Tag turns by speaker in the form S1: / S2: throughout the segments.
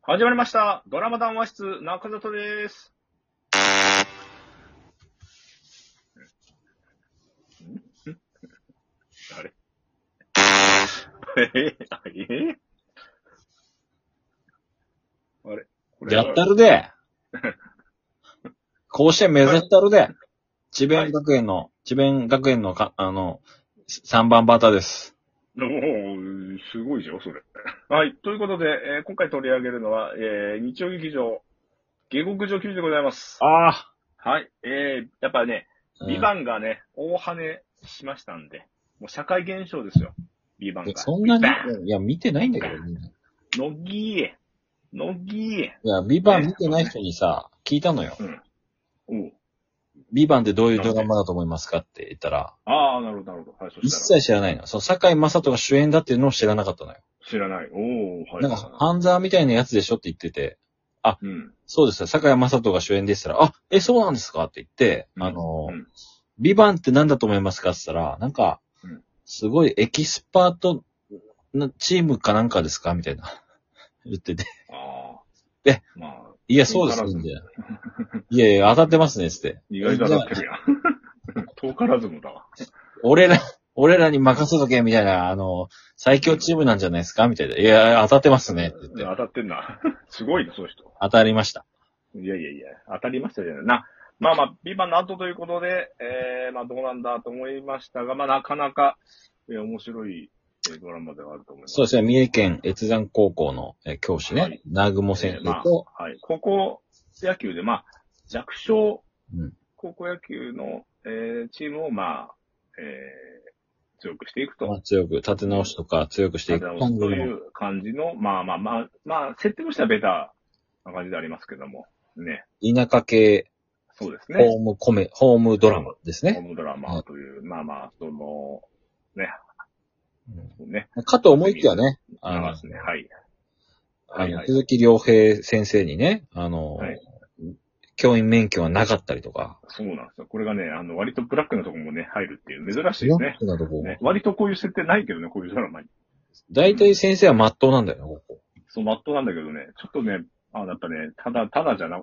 S1: 始まりました。ドラマ談話室、中里です。んんあれええあれこれ
S2: やったるで。 甲子園目指したるで。智弁学園の、智弁学園のか、あの、3番バッターです。
S1: おーすごいじゃん、それ。はい。ということで、えー今回取り上げるのは、えー日曜劇場、下克上級でございます。
S2: あ
S1: はい。えー、やっぱね、
S2: あ
S1: ビバンがね、大跳ねしましたんで、もう社会現象ですよ。ビバンが。
S2: そんな
S1: ビバン
S2: に、いや、見てないんだけど、みんな。い
S1: のぎえ。のぎえ。
S2: や、ビバン見てない人にさ、聞いたのよ。
S1: おう
S2: ビバンってどういうドラマだと思いますかって言ったら、
S1: ああ、なるほど、なるほど。はい、そ
S2: 一
S1: したら。
S2: 切知らないの。そう、坂井正人が主演だっていうのを知らなかったのよ。
S1: 知らない。おおはい。
S2: なんか、半沢みたいなやつでしょって言ってて、
S1: うん。
S2: そうですよ、坂井正人が主演でしたら、あ、え、そうなんですかって言って、あの、
S1: うん
S2: ビバンって何だと思いますかって言ったら、なんか
S1: うん、
S2: すごいエキスパートのチームかなんかですかみたいな。 言ってて。
S1: ああ。
S2: え。
S1: まあ、
S2: いや、そうですね。みたいないやいや、当たってますね、つって。
S1: 意外と当たってるや ん。遠からずもだわ。
S2: 俺ら、俺らに任せとけ、みたいな、あの、最強チームなんじゃないですかみたいな。いや、当たってますね、って言って。
S1: 当たってんな。すごいな、そういう人。
S2: 当たりました。
S1: いやいやいや、当たりましたじゃない。な、まあまあ、ビバンの後ということで、えー、まあどうなんだと思いましたが、まあなかなか、えー面白いえードラマではあると思います。
S2: そうですね、三重県越山高校のえー教師
S1: は
S2: ね
S1: い、
S2: 南雲先生と、
S1: まあ、はい。高校野球で、まあ、弱小
S2: うん、
S1: 高校野球の、えーチームを、まあ、えー強くしていくと
S2: ま。あ強く、立て直しとか強くしていく
S1: ただ
S2: 感じ
S1: そうい
S2: の、
S1: う感じの、まあまあまあ、まあ、設定としてはベターな感じでありますけども。ね。
S2: 田舎系、
S1: そうですね。
S2: ホームコメ、ホームドラマです
S1: ホ
S2: ね。
S1: ームドラマという、まあまあ、その、ね、ね。
S2: かと思いきやね、あ
S1: あ
S2: の
S1: りますね。はい。
S2: あ
S1: はい
S2: の
S1: はい
S2: 鈴木良平先生にね、あの
S1: はい、
S2: 教員免許はなかったりとか、
S1: そうなんですよ。これがね、あの、割とブラックなとこもね、入るっていう、珍しい
S2: 強
S1: よ
S2: く
S1: ね。
S2: なとこ
S1: ね割とこういう設定ないけどね、こういうドラマに。
S2: 大体先生は真っ当なんだよね、ここ。
S1: そう、まっとうなんだけどね、ちょっとね、あやっぱね、ただ、ただじゃな、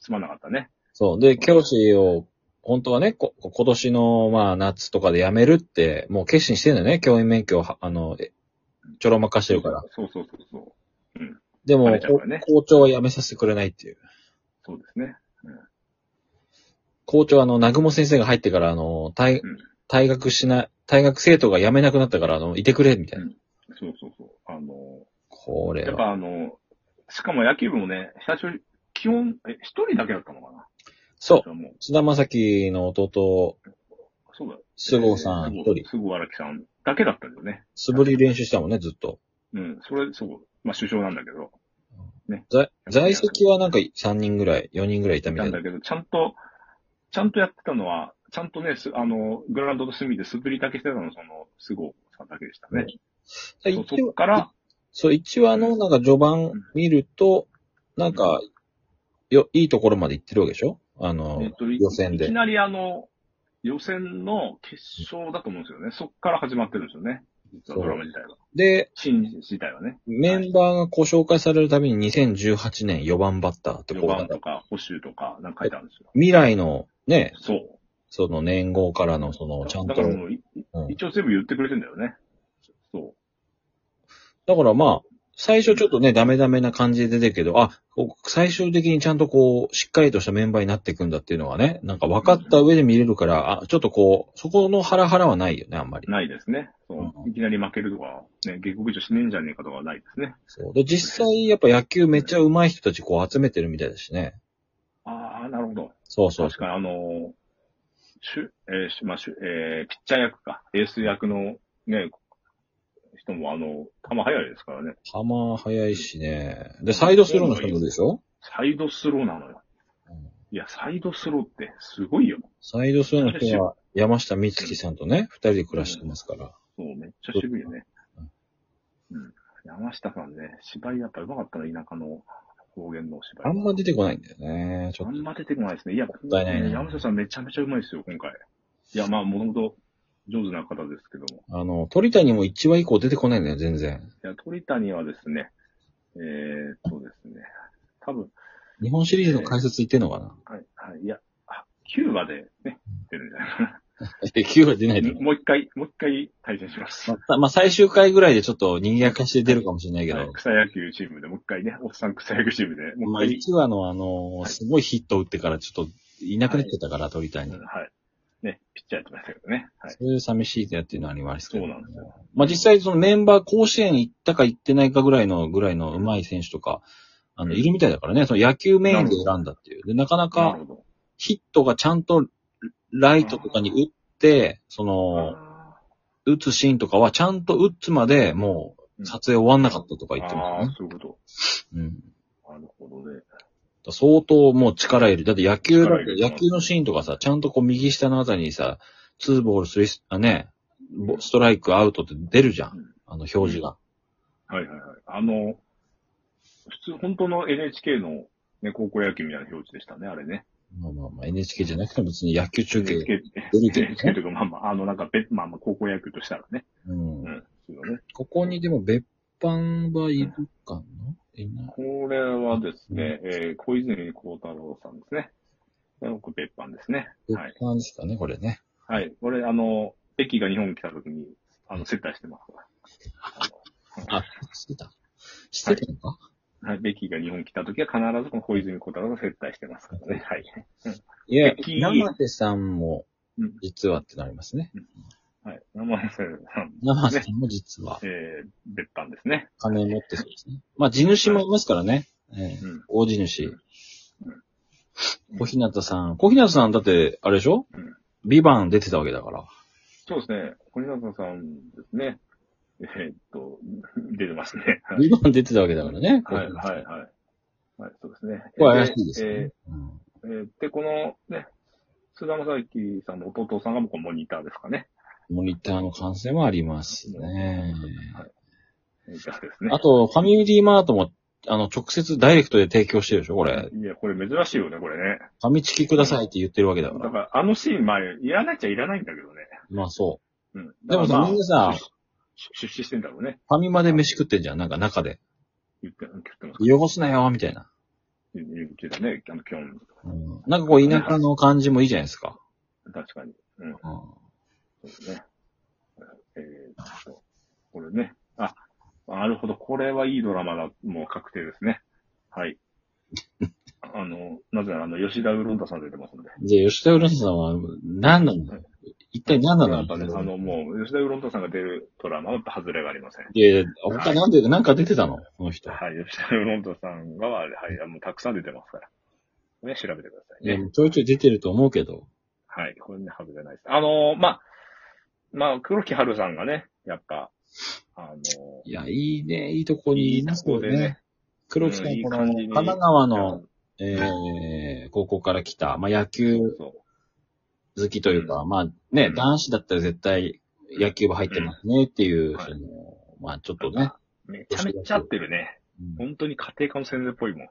S1: すまなかったね。
S2: そう。で、教師を、本当はね、こ今年の、まあ、夏とかで辞めるって、もう決心してんだよね、教員免許をは、あの、えちょろまかしてるから。
S1: そうそうそうそう。
S2: でも、
S1: バレちゃうからね
S2: こ校長は辞めさせてくれないっていう。
S1: そうですね。
S2: 校長は、あの、南雲先生が入ってから、あの、退
S1: うん、
S2: 退学しない、退学生徒が辞めなくなったから、あの、いてくれ、みたいな。
S1: うんそうそうそう。あの、
S2: これ
S1: やっ
S2: は。
S1: ぱあの、しかも野球部もね、最初、基本、え、一人だけだったのかな
S2: そう。
S1: う。もう、
S2: 津田正樹の弟、
S1: そうだよ。
S2: 菅生さん
S1: えー
S2: 一
S1: 菅
S2: 人、
S1: 生荒木さんだけだったんだよね。
S2: 素振り練習したもんね、ずっと。
S1: うん、それ、そう。まあ、首相なんだけど。
S2: 在在籍はなんか3人ぐらい、4人ぐらいいたみた
S1: ないん
S2: な。
S1: だけど、ちゃんと、ちゃんとやってたのは、ちゃんとね、すあの、グラウンドと隅で素振りだけしてたのは、その、菅生さんだけでしたね。
S2: 一
S1: そう
S2: 応
S1: そこから、
S2: そう、1話のなんか序盤見ると、なんか、よ、いいところまで行ってるわけでしょあの
S1: えっ、と、
S2: 予選
S1: い
S2: で
S1: き。なりあの、予選の決勝だと思うんですよね。そこから始まってるんですよね。実はドラマ自体は。
S2: で、
S1: チーム自体はね。
S2: メンバーがご紹介されるたびに2018年4番バッターってこ
S1: 4
S2: う、なん
S1: 番
S2: か
S1: とか、補修とか、なんか書いてあるんですよ。
S2: 未来のね、
S1: そう。
S2: その年号からのその、ちゃんと
S1: だか、らもうい、
S2: うん
S1: 一応全部言ってくれてんだよね。そ
S2: だからまあ、最初ちょっとね、ダメダメな感じで出てるけど、あ、こう最終的にちゃんとこう、しっかりとしたメンバーになっていくんだっていうのはね、なんか分かった上で見れるから、あ、ちょっとこう、そこのハラハラはないよね、あんまり
S1: う。。ないですね。そうう。いきなり負けるとか、ね、下克上しねえんじゃねえかとかはないですね。
S2: そう。で、実際やっぱ野球めっちゃ上手い人たちこう集めてるみたいだしね。
S1: ああ、なるほど。
S2: そうそう
S1: 確。かに、あのー、しゅ、えーしまあ、しゅ、えーピッチャー役か、エース役のね、人も、あの、球速いですからね。
S2: 球速いしね。で、サイドスローの人でしょ
S1: サイドスローなのよ
S2: うん。
S1: いや、サイドスローってすごいよ。
S2: サイドスローの人は山下美月さんとね、二人で暮らしてますから。
S1: そう、めっちゃ渋いよね。うん。山下さんね、芝居やっぱ上手かったな、田舎の方言の芝居。
S2: あんま出てこないんだよね。ちょ
S1: あ
S2: っ
S1: んま出てこないですね。いや、
S2: ったいないな
S1: 山下さんめちゃめちゃうまいですよ、今回。いや、まあ、もともと上手な方ですけども。
S2: と。あの、鳥谷も1話以降出てこないんだよ、全然。
S1: いや、鳥谷はですね、えー、っとですね。多分、
S2: 日本シリーズの解説言ってんのかな、
S1: はい、はい、いや、あ、9話でね、出るんじゃないか
S2: え、9は出ないで。
S1: な。もう一回、もう一回対戦します。
S2: まあ、まあ、最終回ぐらいでちょっと賑やかして出るかもしれないけど、
S1: はい草野球チームで、もう一回ね、おっさん草野球チームで、も
S2: まあ、
S1: う一
S2: 1話のあのーすごいヒット打ってからちょっといなくなっちゃったから、鳥
S1: 回、
S2: 谷。
S1: はい。ね、ピッチャーやってましたけどね。はい。
S2: そういう寂しいなっていうのはありますけど。
S1: そうなんですよ
S2: まあ実際そのメンバー甲子園行ったか行ってないかぐらいの、ぐらいの上手い選手とか、あの、いるみたいだからね、その野球メインで選んだっていう。で、なかな
S1: な
S2: か
S1: るほど。
S2: ヒットがちゃんとライトとかに打って、その、
S1: あ
S2: 打つシーンとかはちゃんと打つまでもう撮影終わんなかったとか
S1: ー
S2: 言って
S1: あ
S2: ま
S1: ー
S2: す、ね。
S1: そういうこ
S2: うん。
S1: と。なるほどね。
S2: だから相当もう力入れる。だって野球だ
S1: 力
S2: っ
S1: 入
S2: て、
S1: れてます
S2: 野球のシーンとかさ、ちゃんとこう右下のあたりにさ、ツーボール、スリース、あね、ボストライク、アウトって出るじゃ
S1: うんん。
S2: あの表示が。
S1: はいはいはい。あの、普通、本当の NHK の、ね、高校野球みたいな表示でしたね、あれね。
S2: まあまあまあ NHK じゃなくても別に野球中継
S1: NHK って、
S2: 出るけど
S1: NHK
S2: ね。
S1: というか、まあまあ、あの、なんか別、まあまあ、高校野球としたらね。
S2: う
S1: う。
S2: ん
S1: ん。そうだね。
S2: ここにでも別班はいるかないない。
S1: これはですね、えー、小泉孝太郎さんですね。僕、別班ですね。
S2: 別
S1: はい。
S2: 班ですかね、これね。
S1: はい。これ、あの、駅が日本に来た時に、あの、接待してますから。
S2: あ、してた。してたのか、
S1: はい。ベッキーが日本に来た時は必ずこの小泉孝太郎が接待してますからね。はい。
S2: い、や
S1: 敵、
S2: 生瀬さんも
S1: うん、
S2: 実はってなりますね。
S1: はい。名前さん、
S2: 生瀬さんも実は、
S1: えー、別班ですね。
S2: 金持ってそうですね。まあ、地主もいますからね。ええ
S1: うん。
S2: 大地主
S1: うん。
S2: 小日向さん。小日向さんだって、あれでしょ
S1: うん
S2: ビバン出てたわけだから。
S1: そうですね。小日向さんですね。えーっと、出てますね。はい
S2: ビバン出てたわけだからね。
S1: はい、はい、はい。はい、そうですね。
S2: これ怪しいですよ
S1: で
S2: ね。うん
S1: えーえーで、このね、菅田将暉さんの弟さんが僕はモニターですかね。
S2: モニターの感染もありますね。
S1: はい。モニターですね。
S2: あと、ファミリーマートも、あの、直接ダイレクトで提供してるでしょこれ。
S1: いや、これ珍しいよね、これね。
S2: ファミチキくださいって言ってるわけだか。
S1: だからら、あのシーン、まあ、いらないっちゃいらないんだけどね。
S2: まあそ
S1: うん。
S2: う。でも
S1: だ
S2: さ、
S1: からまあ
S2: みんなさ、
S1: 出出資してんだろうね。
S2: ファミマで飯食ってんじゃん。なんか中で。
S1: 言って、言ってます。
S2: 汚すなよ、みたいな。
S1: 言言ってたね、あの、基本。
S2: うんなんかこう、田舎の感じもいいじゃないですか。
S1: 確かに。うん。
S2: うん
S1: そうですね。えーっと、これね。あ、なるほど。これはいいドラマだ。もう確定ですね。はい。 あの、なぜなら、あの、吉田うろんたさん出てますんで。
S2: じゃあ、吉田浦さんは、何なんだ一体何な
S1: や
S2: ん
S1: っ
S2: だ
S1: ぱね、あの、もう、吉田うろんたさんが出るドラマはやっぱ外れがありません。
S2: いやいや、他なんで、なんか出てたのこの人。
S1: はい、吉田うろんたさんが、はい、もうたくさん出てますから。ね、調べてください
S2: いや、
S1: ね。
S2: もうちょいちょい出てると思うけど。
S1: はい、これね、外れないです。あのーまあ、まあ、黒木春さんがね、やっぱ、あのー
S2: いや、いいね、いいとこにいますよ
S1: いいとこで
S2: ね
S1: ね。
S2: 黒木さ
S1: うん
S2: ん、
S1: いい
S2: この、
S1: 感じに
S2: 神奈川の、えー、高校から来た、まあ、野球
S1: そう。
S2: 好きというか、まあ、ね、
S1: うん
S2: 男子だったら絶対野球部入ってますねっていう、
S1: うん
S2: その、まあ、ちょっとね。
S1: めちゃめちゃ合ってるね。
S2: うん
S1: 本当に家庭科の先生っぽいもん。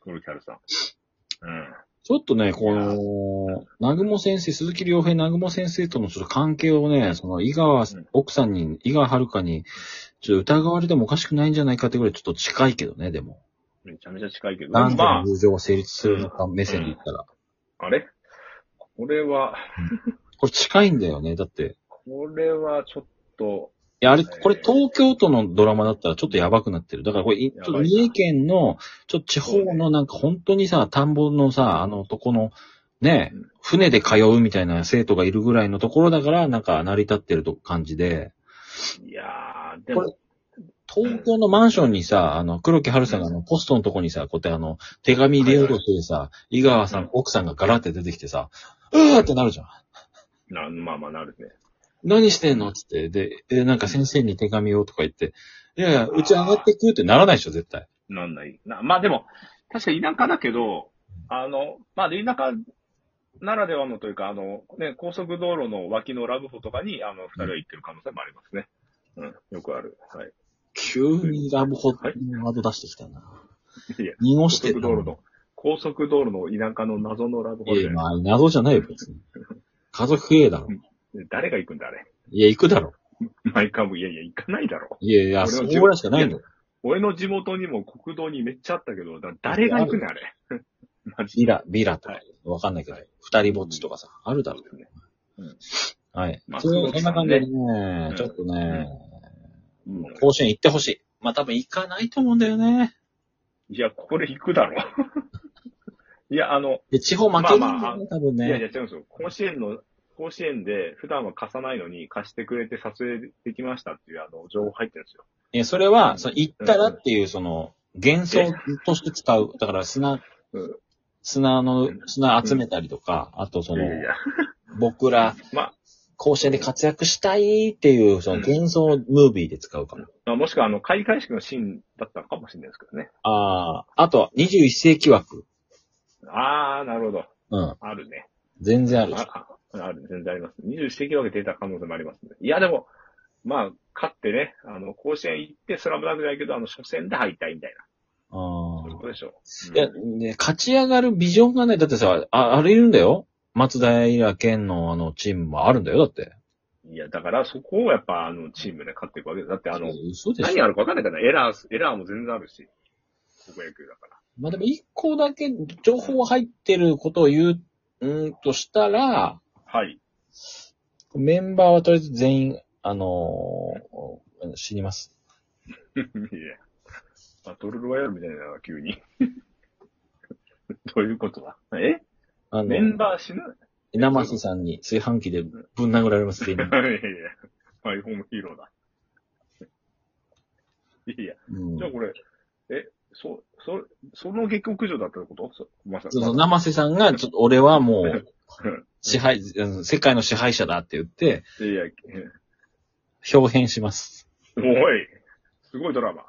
S1: 黒木春さん。うん。
S2: ちょっとね、この、南雲先生、鈴木良平南雲先生とのちょっと関係をね、その、井川、
S1: ん
S2: 奥さんに、井川遥に、ちょっと疑われてもおかしくないんじゃないかってぐらいちょっと近いけどね、でも。
S1: めちゃめちゃ近いけど。
S2: 男女
S1: ま
S2: の友情が成立するのか、目線で言ったら。
S1: あ、あれこれは、
S2: これ近いんだよね、だって。
S1: これはちょっと、
S2: いや、あれ、
S1: はい
S2: これ東京都のドラマだったらちょっとやばくなってる。だからこれ、いちょっと
S1: やばいな
S2: 三重県の、ちょっと地方のなんか本当にさ、田んぼのさ、あのとこの、ね
S1: うん、
S2: 船で通うみたいな生徒がいるぐらいのところだから、なんか成り立ってると感じで、
S1: いやー、で
S2: こ
S1: も、
S2: 東京のマンションにさ、あの、黒木春さんがあの、ポストのとこにさ、こうやってあの、手紙入れようとしてさ、井川さ
S1: うんん、
S2: 奥さんがガラって出てきてさ、うーってなるじゃん。
S1: なまあまあなるね。
S2: 何してんのつって、で、え、なんか先生に手紙をとか言って、いやいや、うち上がってくってならないでしょ、絶対。
S1: なんない。なまあでも、確かに田舎だけど、あの、まあ田舎ならではのというか、あの、ね、高速道路の脇のラブホとかに、あの、二人は行ってる可能性もありますね。うん、よくある。はい。
S2: 急にラブホって
S1: はい
S2: ワード出してきたな。
S1: いや、
S2: 濁
S1: 高
S2: して
S1: 速
S2: る
S1: 道路の、高速道路の田舎の謎のラブホ
S2: い
S1: で
S2: や、、まあ、謎じゃないよ、別に。家族増えだろ。
S1: 誰が行くんだ、あれ。
S2: いや、行くだろ。
S1: 毎回も、いやいや、行かないだろ。
S2: いやいや、
S1: 俺は
S2: そこぐらいしかないんだよ。
S1: 俺の地元にも国道にめっちゃあったけど、だ誰が行くねん、あれ。マジ
S2: ビラ、ビラとか
S1: は、
S2: わかんないけど
S1: はい、
S2: 二人ぼっちとかさ、あるだろ
S1: そう
S2: う
S1: で。すね。
S2: はい。
S1: まあ
S2: そう
S1: そう
S2: そ
S1: で
S2: ん
S1: すね
S2: な感じで
S1: う
S2: ね
S1: ん、
S2: ちょっとね、
S1: うん
S2: 甲子園行ってほしい。まあ多分行かないと思うんだよね。
S1: いや、これ行くだろ。 いや、あの、
S2: で、地方負けるんだよね、
S1: まあま
S2: 多分
S1: いやいや、
S2: ね。
S1: 違うんですよ。甲子園の、甲子園で普段は貸さないのに貸してくれて撮影できましたっていう、あの、情報入ってるんですよ。
S2: いや、それは、その行ったらっていう、その、幻想として使う。だから砂
S1: うん、
S2: 砂の
S1: うん、
S2: 砂集めたりとか、あとそ
S1: い
S2: の
S1: や、いやいや。
S2: 僕ら、
S1: まあ
S2: 甲子園で活躍したいっていう、その幻想ムービーで使うかな。
S1: まあ、もしくは、あの、開会式のシーンだったのかもしれないですけどね。
S2: ああ、あとは21世紀枠。
S1: あー、なるほど。
S2: うん。
S1: あるね。
S2: 全然ある。
S1: あ、あある、全然あります。21世紀分け出た可能性もありますね。いや、でも、まあ、勝ってね、あの、甲子園行ってスラムダンクじゃないけど、あの、初戦で敗退みたい
S2: あ
S1: な。そういう
S2: ー
S1: ことでしょう。
S2: いや、
S1: うん
S2: ね、勝ち上がるビジョンがない。だってさ、あ、あれいるんだよ松平健のあのチームもあるんだよ、だって。
S1: いや、だから、そこをやっぱ、あの、チームで勝っていくわけです。だって、あの、
S2: 嘘でし
S1: 何
S2: ょ
S1: あるか分かんないからね、エラー、エラーも全然あるし、高校野球だから。
S2: まあ、でも一個だけ情報入ってることを言う、うんとしたら、
S1: はい。
S2: メンバーはとりあえず全員、あのー死にます。
S1: いや、バトルロイヤルみたいなのが急に。 どういうことだえ
S2: あ
S1: メン
S2: の、
S1: バー死ぬ
S2: 稲松さんに炊飯器でぶん殴られます、全
S1: いや
S2: 員
S1: いやいや、マイホームヒーローだ。 いやいや、
S2: うん
S1: じゃあこれ、え、そ、そ、その劇屋上だったってことそまさ
S2: そうそう、
S1: ま
S2: 生瀬さんが、ちょっと俺は もう
S1: うん、
S2: 支配、うん世界の支配者だって言って、
S1: いやいや、
S2: 表変します。
S1: おい、すごいドラマ。